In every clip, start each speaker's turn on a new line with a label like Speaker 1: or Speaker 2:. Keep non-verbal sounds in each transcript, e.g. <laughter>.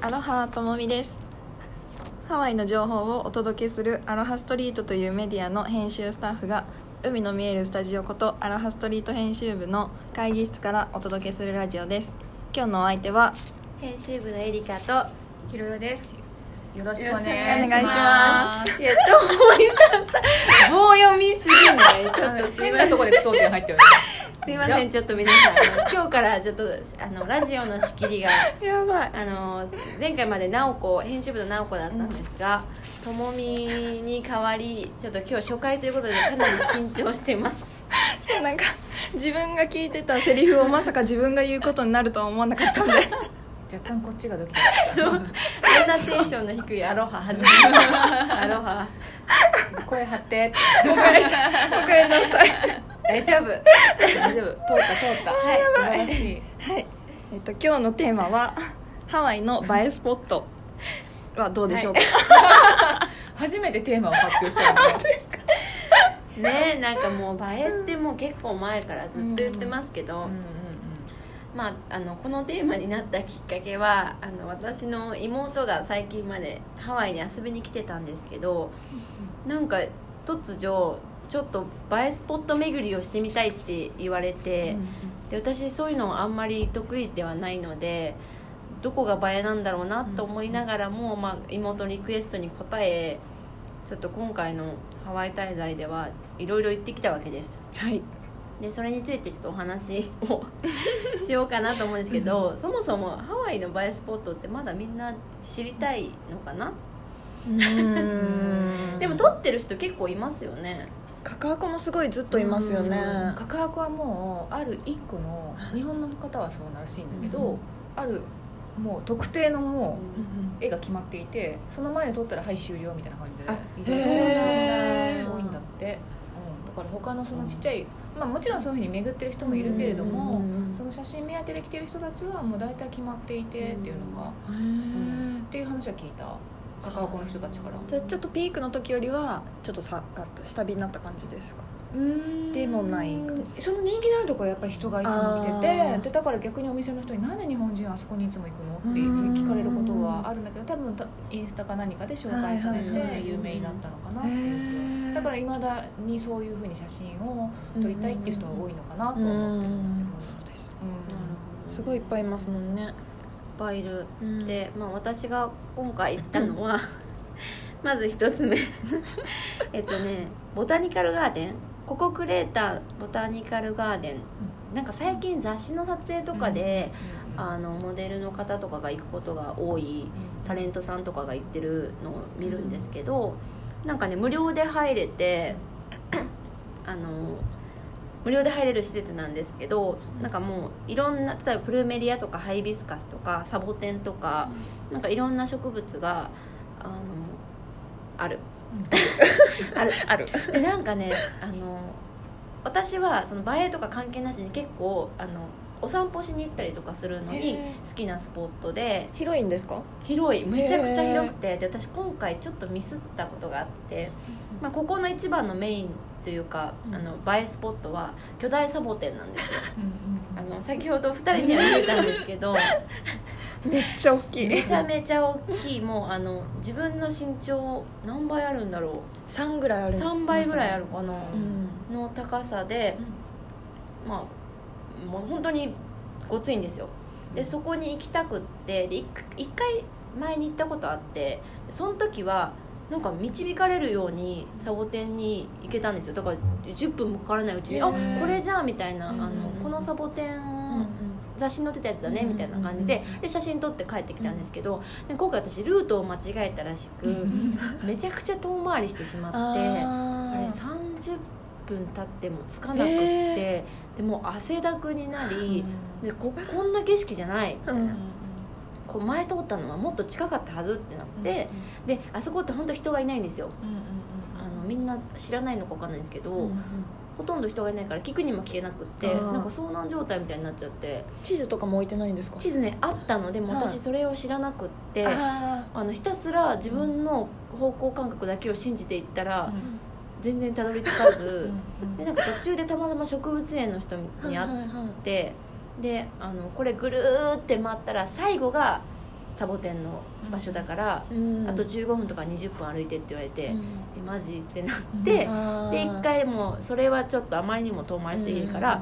Speaker 1: アロハともみですハワイの情報をお届けするアロハストリートというメディアの編集スタッフが海の見えるスタジオことアロハストリート編集部の会議室からお届けするラジオです今日のお相手は
Speaker 2: 編集部のエリカと
Speaker 3: ひろよです。よろしくお
Speaker 1: お
Speaker 3: 願いします。
Speaker 1: 願いします
Speaker 2: いやともみさんさ棒読みすぎないちょっとすい
Speaker 3: 変
Speaker 2: ませ
Speaker 3: なんとこで句読点入ってる。
Speaker 2: すいませんちょっと皆さんあの今日からちょっとあのラジオの仕切りが
Speaker 1: やばい
Speaker 2: あの前回まで直子編集部の直子だったんですが、 <laughs> ともみに代わりちょっと今日初回ということでかなり緊張して <laughs> ます
Speaker 1: なんか自分が聞いてたセリフをまさか自分が言うことになるとは思わなか
Speaker 2: <laughs>
Speaker 1: ったんで
Speaker 3: 若干こっちがドキドキし
Speaker 2: そうあんなテンションの低いアロハ初めてアロハ
Speaker 3: た。声張って。
Speaker 1: お帰りなさい
Speaker 2: <laughs> 大丈夫
Speaker 3: 大丈夫。通った通った。はい。素晴らしい。
Speaker 1: はい、えっと、今日のテーマはハワイの映えスポットはどうでしょうか、
Speaker 3: 初めてテーマを発表したので。
Speaker 2: ねなんかもう映えってもう結構前からずっと言ってますけど、
Speaker 3: うんうん
Speaker 2: まあ、あのこのテーマになったきっかけはあの私の妹が最近までハワイに遊びに来てたんですけどなんか突如ちょっと映えスポット巡りをしてみたいって言われ
Speaker 3: う
Speaker 2: て、
Speaker 3: ん。
Speaker 2: で私そういうのあんまり得意ではないのでどこが映えなんだろうなと思いながらも、まあ、妹のリクエストに応えちょっと今回のハワイ滞在ではいろいろ行ってきたわけです
Speaker 1: はい
Speaker 2: でそれについてちょっとお話
Speaker 1: <laughs>
Speaker 2: をしようかなと思うんですけどそもそもハワイの映えスポットってまだみんな知りたいのかな、
Speaker 3: ん
Speaker 2: でも撮ってる人結構いますよね
Speaker 1: カカアコもすごいずっといますよね、
Speaker 2: うん
Speaker 3: 価格はもうある一個の日本の方はそうならしいんだけ
Speaker 1: う
Speaker 3: ど
Speaker 1: ん、
Speaker 3: あるもう特定のもう。
Speaker 1: うん
Speaker 3: 絵が決まっていてその前に撮ったらはい終了みたいな感
Speaker 2: あ
Speaker 3: じで
Speaker 1: へー
Speaker 3: 多いんだって、うん、だから他のそのちっちゃい、まあ、もちろんそういうふうに巡ってる人もいるけれども、その写真目当てで来てる人たちはもう大体決まっていてっていうのが、
Speaker 1: うん
Speaker 3: っていう話は聞いたカカオコの人たちから
Speaker 1: じゃあちょっとピークの時よりはちょっと下がった下火になった感じですか
Speaker 3: うん
Speaker 1: でもない
Speaker 3: その人気のあるところやっぱり人がいつも来
Speaker 1: あ
Speaker 3: て
Speaker 1: ー
Speaker 3: てでだから逆にお店の人になんで日本人はあそこにいつも行くのって聞かれることはあるんだけど多分たインスタか何かで紹介され
Speaker 2: はいはいは
Speaker 3: て
Speaker 2: い
Speaker 3: 有名になったのかなっていう。だからいまだにそういうふうに写真を撮りたいっていう人が多
Speaker 1: い
Speaker 3: いのかなと思ってるんだけ
Speaker 1: そ
Speaker 3: ど
Speaker 1: うですね
Speaker 3: うん
Speaker 1: すごいいっぱいいますも
Speaker 2: いっ
Speaker 1: んね、
Speaker 2: ぱいいる
Speaker 1: うん
Speaker 2: で、まあ、私が今回行ったのは <laughs> まず一
Speaker 1: <laughs>
Speaker 2: つ目えっとねボタニカルガーデンココクレーターボタニカルガーデンなんか最近雑誌の撮影とかで、あのモデルの方とかが行くことが多いタレントさんとかが行ってるのを見るんですけどなんかね無料で入れて <coughs> あの無料で入れる施設なんですけどなんかもういろんな例えばプルメリアとかハイビスカスとかサボテンとかなんかいろんな植物があのある <laughs> ある
Speaker 1: ある
Speaker 2: でなんかねあの私はその映えとか関係なしに結構あのお散歩しに行ったりとかするのに
Speaker 1: へ
Speaker 2: 好きなスポットで
Speaker 1: 広いんですか
Speaker 2: 広いめちゃくちゃ広くてで私今回ちょっとミスったことがあって、まあ、ここの一番のメインというか、
Speaker 1: うん
Speaker 2: あの映えスポットは巨大サボテンなんですよあ
Speaker 3: あ
Speaker 2: の先ほど2人には見えたんですけ
Speaker 1: <laughs>
Speaker 2: ど
Speaker 1: めっちゃ大き
Speaker 2: め
Speaker 1: い
Speaker 2: ちゃめちゃ大きいもうあの自分の身長何倍あるんだろ
Speaker 1: 3ぐらいあ
Speaker 2: う
Speaker 1: る
Speaker 2: 3倍ぐらいあるかな、
Speaker 1: うん
Speaker 2: の高さで、まあもう本当にごついんですよでそこに行きたくってで一一回前に行ったことあってその時はなんか導かれるようにサボテンに行けたんですよだから10分もかからないうちに「
Speaker 1: へ
Speaker 2: あ
Speaker 1: ー
Speaker 2: これじゃん」みたいな、
Speaker 1: うん
Speaker 2: あの「このサボテン、雑誌に載ってたやつだね」
Speaker 1: うん
Speaker 2: みたいな感じでで写真撮って帰ってきたんですけどで今回私ルートを間違えたらしく、めちゃくちゃ遠回りしてしまって。あれ30分経ってもつかなくって、
Speaker 1: え
Speaker 2: でもう汗だくになり、でここんな景色じゃないこう前通ったのはもっと近かったはずってなって、であそこって本当人がいないんですよあのみんな知らないのか分かんないんですけど、ほとんど人がいないから聞くにも聞けなくって
Speaker 1: あー
Speaker 2: なんか遭難状態みたいになっちゃって
Speaker 1: チーズとかも置いてないんですか
Speaker 2: 地図ねあったのでも
Speaker 1: はい
Speaker 2: 私それを知らなくって、
Speaker 1: あ
Speaker 2: あのひたすら自分の方向感覚だけを信じていったら、全然たどり着かず。でなんか途中でたまたま植物園の人
Speaker 1: ー
Speaker 2: に会っ
Speaker 1: はいはいはい
Speaker 2: てであのこれぐるーって回ったら最後がサボテンの場所だから、あと15分とか20分歩いてって言われて、えマジってなって、で一回もうそれはちょっとあまりにも遠回りすぎるから、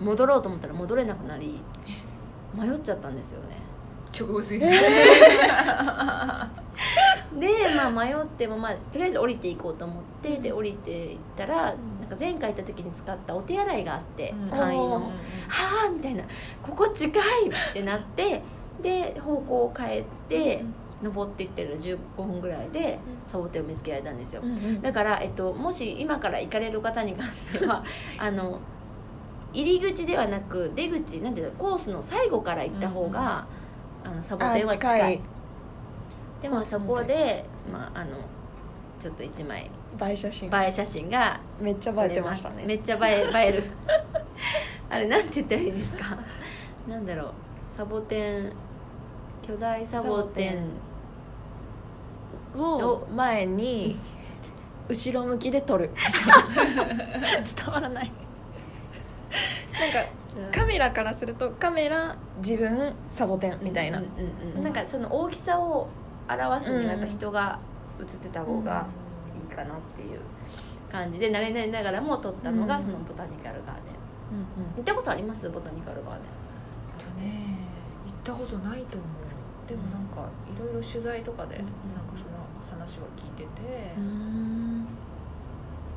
Speaker 2: 戻ろうと思ったら戻れなくなり迷っちゃったんですよね
Speaker 3: 直後すぎて、
Speaker 1: <laughs>
Speaker 2: で、 <laughs> まあ、迷っても、まあ、とりあえず降りていこうと思って、で降りていったら、
Speaker 3: ん
Speaker 2: なんか前回行った時に使ったお手洗いがあって、
Speaker 1: うん
Speaker 2: 簡易
Speaker 3: うん
Speaker 2: の「はあ」みたいな「ここ近い!」ってなってで方向を変えて、登っていってる15分ぐらいでサボテンを見つけられたんですよ、だから、えっと、もし今から行かれる方に関し
Speaker 1: <laughs>
Speaker 2: てはあの入り口ではなく出口なんていうのコースの最後から行った方が、あのサボテンは近い
Speaker 1: 近い
Speaker 2: でもあそこで、まあ、あのちょっと1枚
Speaker 1: 映え写真
Speaker 2: 映え写真が
Speaker 1: めっちゃ
Speaker 2: 撮
Speaker 1: 映えて
Speaker 2: れ
Speaker 1: ま
Speaker 2: ま
Speaker 1: し
Speaker 2: す
Speaker 1: たね
Speaker 2: めっちゃ映え映える <laughs> あれなんて言ったらいいんですかなんだろうサボテン巨大サボテン
Speaker 1: サボを前に後ろ向きで撮
Speaker 2: <laughs>
Speaker 1: る伝わらないなんか
Speaker 2: うん
Speaker 1: カメラからするとカメラ自分サボテンみたいな、
Speaker 2: うんうんうんなんかその大きさを表すにはやっぱ人が映ってた方がいいかなっていう感じで慣れないながらも撮ったの
Speaker 1: う
Speaker 2: が
Speaker 1: ん
Speaker 2: そのボタニカルガーデン行ったことありますボタニカルガーデン
Speaker 3: えっとね行ったことないと思うでもなんかいろいろ取材とかで
Speaker 2: う
Speaker 3: なんんかその話は聞いてて、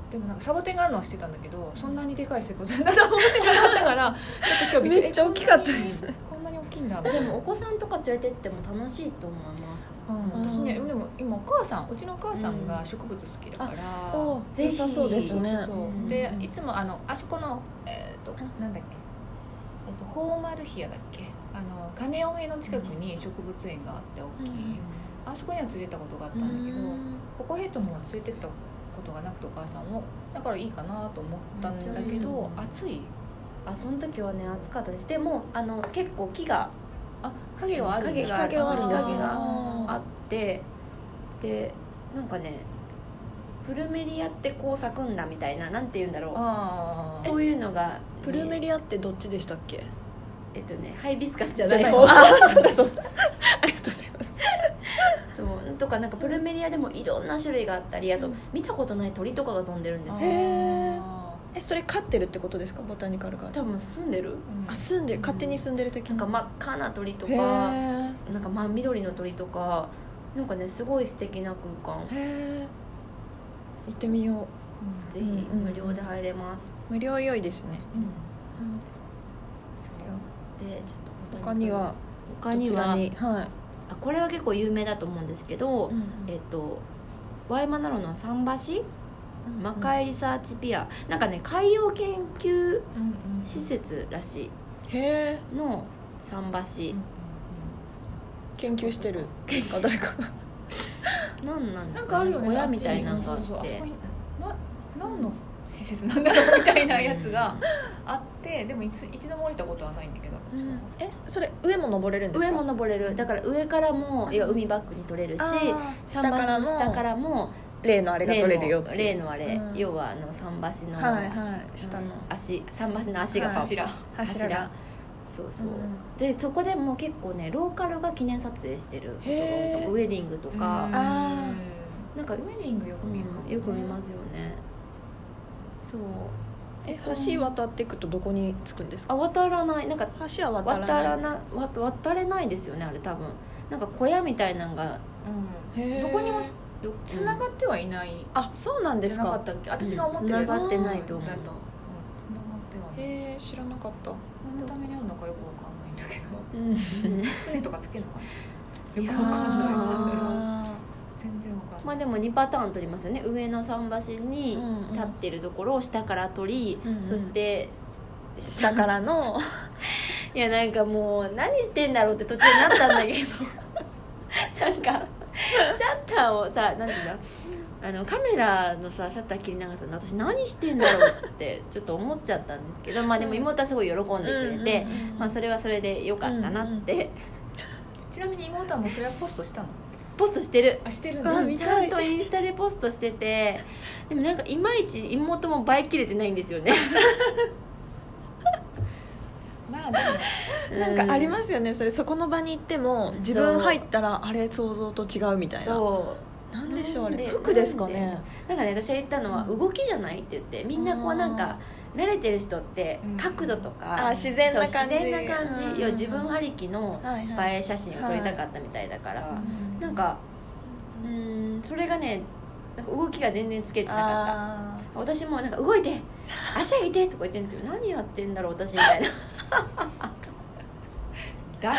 Speaker 3: でもなんかサボテンがあるのは知ってたんだけどそんなにでかいサボテンだと思ってなかったからちょっと今日びくり
Speaker 1: <laughs> めっちゃ大きかったです
Speaker 3: えこんなにこんなに大きいんだ、
Speaker 2: でもお子さんとか連れてっても楽しいと思います
Speaker 3: うん、私ねでも今お母さんうちのお母さんが植物好きだから、
Speaker 1: お
Speaker 2: ぜ
Speaker 1: 良
Speaker 2: ひ
Speaker 1: さそうですね
Speaker 3: そうそうそう
Speaker 2: うん
Speaker 3: でいつもあのあそこのえっ、となんだっけえっとホーマルヒアだっけあの金尾の近くに植物園があって大きい、あそこには連れてったことがあったんだけど、ココヘッドも連れてったことがなくてお母さんもだからいいかなと思ったんだけど、
Speaker 2: うん
Speaker 3: 暑い
Speaker 2: あその時はね暑かったですでもあの結構木が
Speaker 3: あ影はある
Speaker 2: 影
Speaker 1: が影はあるんですね
Speaker 2: 影が
Speaker 1: あ
Speaker 2: あってでなんかねプルメリアってこう咲くんだみたいななんて言うんだろ
Speaker 3: あ
Speaker 2: う
Speaker 3: ー
Speaker 2: そういうのがね、
Speaker 1: プルメリアってどっちでしたっけ
Speaker 2: えっとねハイビスカスじゃない
Speaker 1: あ
Speaker 2: 方
Speaker 1: あそうだそうだありがとうございます
Speaker 2: <laughs> そうとかなんかプルメリアでもいろんな種類があったりあと見たことない鳥とかが飛んでるんです
Speaker 1: へ
Speaker 2: よ
Speaker 1: え
Speaker 3: え
Speaker 1: えそれ飼ってるってことですかボタニカルガーデン
Speaker 2: 多分住んでる
Speaker 1: あ住んで勝手に住んでる時
Speaker 2: なんか真っ赤な鳥と
Speaker 1: へ
Speaker 2: か
Speaker 1: え
Speaker 2: なんか真緑の鳥とかなんかねすごい素敵な空間
Speaker 1: へえ行ってみよ
Speaker 2: ぜひ
Speaker 1: うんうん
Speaker 2: 無料で入れます、
Speaker 1: う無料良いですね
Speaker 2: でちょっと
Speaker 1: 他には
Speaker 2: 他
Speaker 1: ど
Speaker 2: に
Speaker 1: ちら
Speaker 2: は
Speaker 1: にはい
Speaker 2: あこれは結構有名だと思うんですけど、えっとワイマナロの桟橋魔界リサーチピア、なんかね海洋研究施設らし
Speaker 1: へえ
Speaker 2: いの桟
Speaker 1: 研究してるですか誰か
Speaker 2: 橋、なんなんで
Speaker 3: な
Speaker 2: す
Speaker 3: んか
Speaker 2: か
Speaker 3: ある
Speaker 2: ね、
Speaker 3: よね
Speaker 2: 小屋みたいなのがあって
Speaker 3: そうそうそうあそこにな何の施設なんだろうみたいなや
Speaker 2: <laughs>
Speaker 3: つがあってでもいつ一度も降りたことはないんだけど私は、
Speaker 1: えそれ上も登れるんです
Speaker 2: 上
Speaker 1: か
Speaker 2: も登れるだから上からもいや海バックに取れるし
Speaker 1: あー
Speaker 2: 桟
Speaker 1: 下
Speaker 2: 橋
Speaker 1: から
Speaker 2: の
Speaker 1: も
Speaker 2: 下からも
Speaker 1: 例のあれが取れるよっていう
Speaker 2: 例のあれ、
Speaker 1: うん
Speaker 2: 要はあの桟橋の、
Speaker 1: はいはい下の
Speaker 2: 足桟橋の足が
Speaker 1: はい
Speaker 2: パ
Speaker 3: 柱
Speaker 1: 柱が
Speaker 2: そうそう、
Speaker 1: うん
Speaker 2: でそこでもう結構ねローカルが記念撮影してることが多い
Speaker 1: へー
Speaker 2: ウェディングとか、
Speaker 3: うん
Speaker 1: あ
Speaker 2: なんか、
Speaker 3: ウェディングよく見るかも、
Speaker 2: よく見ますよねそう
Speaker 1: え橋渡っていくとどこに着くんですか
Speaker 2: あ渡らないなんか
Speaker 1: 橋は渡
Speaker 2: 渡
Speaker 1: らない
Speaker 2: らな渡渡れないですよねあれ多分なんか小屋みたいなのが
Speaker 3: う
Speaker 1: へー
Speaker 3: どこにもんど繋がってはいない、
Speaker 1: あそうなんで
Speaker 3: じ
Speaker 1: す
Speaker 3: ゃなか
Speaker 1: か
Speaker 3: ったっけ私が思ってるやつ
Speaker 1: 繋がってない
Speaker 2: と思う
Speaker 3: だとうん繋がってはない
Speaker 1: へえ知らなかった
Speaker 3: 何のためにあるのかよくわかんないんだけど
Speaker 1: うん
Speaker 3: 船とかつけるのかな
Speaker 2: い
Speaker 3: よ
Speaker 2: や
Speaker 3: くわかんないなんだろう
Speaker 1: あ
Speaker 3: 全然わか
Speaker 2: <laughs>
Speaker 3: ん
Speaker 2: ま
Speaker 3: ない
Speaker 2: あでも2パターン撮りますよね上の桟橋
Speaker 1: ー
Speaker 2: に
Speaker 1: うんうん
Speaker 2: 立ってるところを下から撮り、
Speaker 1: うんうん
Speaker 2: そして
Speaker 1: 下からの
Speaker 2: いやなんかもう何してんだろうって途中になったん
Speaker 1: <laughs>
Speaker 2: だけどなんかシャッターをさ何て言うんだあのカメラのさシャッター切りながらさ私何してんだろうってちょっと思っちゃったんですけどまあでも妹はすごい喜んでくれ
Speaker 1: う
Speaker 2: て、
Speaker 1: んうん
Speaker 2: まあ、それはそれでよかったなって、 <laughs>
Speaker 3: ちなみに妹はもうそれはポストしたの
Speaker 2: ポストしてる
Speaker 3: あしてる
Speaker 1: あ
Speaker 3: の
Speaker 1: 見
Speaker 2: ち
Speaker 1: た
Speaker 2: ゃ
Speaker 1: い
Speaker 2: んとインスタでポストしててでもなんかいまいち妹も映えきれてないんですよね
Speaker 3: まあでも
Speaker 1: <laughs> なんかありますよねそれそこの場に行っても自分入ったらあれ想像と違うみたいな
Speaker 2: そう
Speaker 1: なんでしょうあ
Speaker 2: な
Speaker 1: れ
Speaker 2: んで
Speaker 1: 服ですかね
Speaker 2: なんかね私が言ったのは動きじゃないって言ってみんなこうなんか慣れてる人って
Speaker 3: うん
Speaker 2: 角度とか、
Speaker 1: あ自然な
Speaker 2: そう
Speaker 1: 感じ
Speaker 2: 自然な感じ、
Speaker 1: うん
Speaker 2: いや自分ありきの
Speaker 1: はい
Speaker 2: 映
Speaker 1: はい
Speaker 2: え写真を撮りたかったみたいだから、
Speaker 3: うん
Speaker 2: なんかうーんそれがねなんか動きが全然つけてなかった
Speaker 1: あ
Speaker 2: 私もなんか動
Speaker 1: <laughs>
Speaker 2: いて足上げてとか言ってるんですけど何やってんだろう私み
Speaker 1: <laughs>
Speaker 2: たいな
Speaker 3: 誰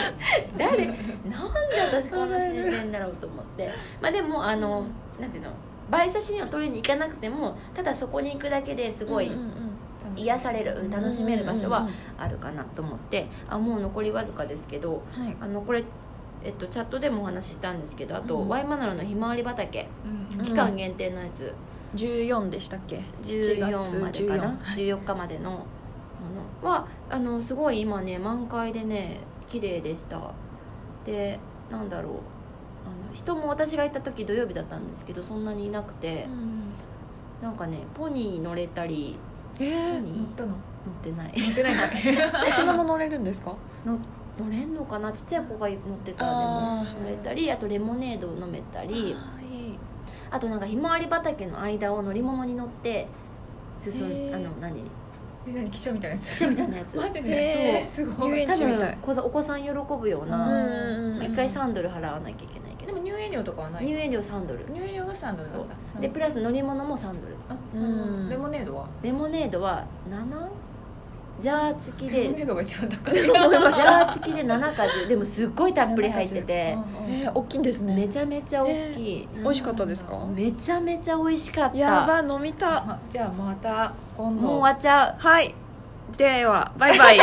Speaker 2: 誰なんで私こんな話してんだろうと思ってまあでもあの、なんていうの映え写真を撮りに行かなくてもただそこに行くだけです
Speaker 1: ー
Speaker 2: ごい、
Speaker 1: うんうん
Speaker 2: 癒されるうん楽しめる場所
Speaker 1: うん
Speaker 2: は
Speaker 1: うん
Speaker 2: あるかなと思ってあもう残りわずかですけど
Speaker 1: うんはい
Speaker 2: あのこれ、えっと、チャットでもお話ししたんですけどあと、
Speaker 1: うん
Speaker 2: ワイマナロのひまわり畑
Speaker 3: うん
Speaker 2: 期間限定のやつ、
Speaker 1: 14でしたっけ
Speaker 2: 14までかな
Speaker 1: 14
Speaker 2: 14日までのものはあのすごい今ね満開でね綺麗でしたでなんだろうあの人も私が行った時土曜日だったんですけどそんなにいなくて、
Speaker 1: うん
Speaker 2: なんかねポニー乗れたり
Speaker 1: え
Speaker 2: ポ
Speaker 1: ー
Speaker 2: ニー
Speaker 3: 乗ったの
Speaker 2: 乗ってない
Speaker 3: 乗ってないんだね
Speaker 1: 大人も乗れるんですか
Speaker 2: の乗れんのかなちっちゃい子が乗ってたらで
Speaker 1: あ
Speaker 2: も
Speaker 1: ー
Speaker 2: 乗れたりあとレモネードを飲めたり
Speaker 1: あーいい
Speaker 2: あとなんかひまわり畑の間を乗り物に乗って進
Speaker 1: へ
Speaker 2: ん
Speaker 1: ー
Speaker 2: あの何
Speaker 3: え何汽車みたいなやつ
Speaker 2: 汽車みたい
Speaker 1: <laughs>
Speaker 2: なやつ
Speaker 3: <laughs> マジで、
Speaker 1: へー
Speaker 3: そうすご
Speaker 1: 遊
Speaker 3: い
Speaker 1: 園地みたい
Speaker 2: 多分お子さん喜ぶよう
Speaker 1: うん
Speaker 2: な
Speaker 1: うんうん
Speaker 2: 一回3ドル払わなきゃいけないけ
Speaker 3: で
Speaker 2: ど
Speaker 3: も入園料とかはない
Speaker 2: 入園料3ドル
Speaker 3: 入園料が3ドルなんだ
Speaker 2: でプ
Speaker 3: ラ
Speaker 2: ラス乗り物も3ドル
Speaker 1: うん
Speaker 3: レモネードは
Speaker 2: レモネードは 7? ジャー付き
Speaker 3: レモネ
Speaker 2: で
Speaker 3: ードが一番高い
Speaker 2: ジャー付きで7か10でもすっごいたっぷり入ってて
Speaker 1: えー大きいんです
Speaker 2: め
Speaker 1: ね
Speaker 2: ちゃめちゃ大きい、
Speaker 1: 美味しかったですか
Speaker 2: めちゃめちゃ美味しかった
Speaker 1: やば飲みた
Speaker 3: あじゃあまた今
Speaker 2: もう
Speaker 3: 度
Speaker 2: 終わっちゃう
Speaker 1: はいではバイバイ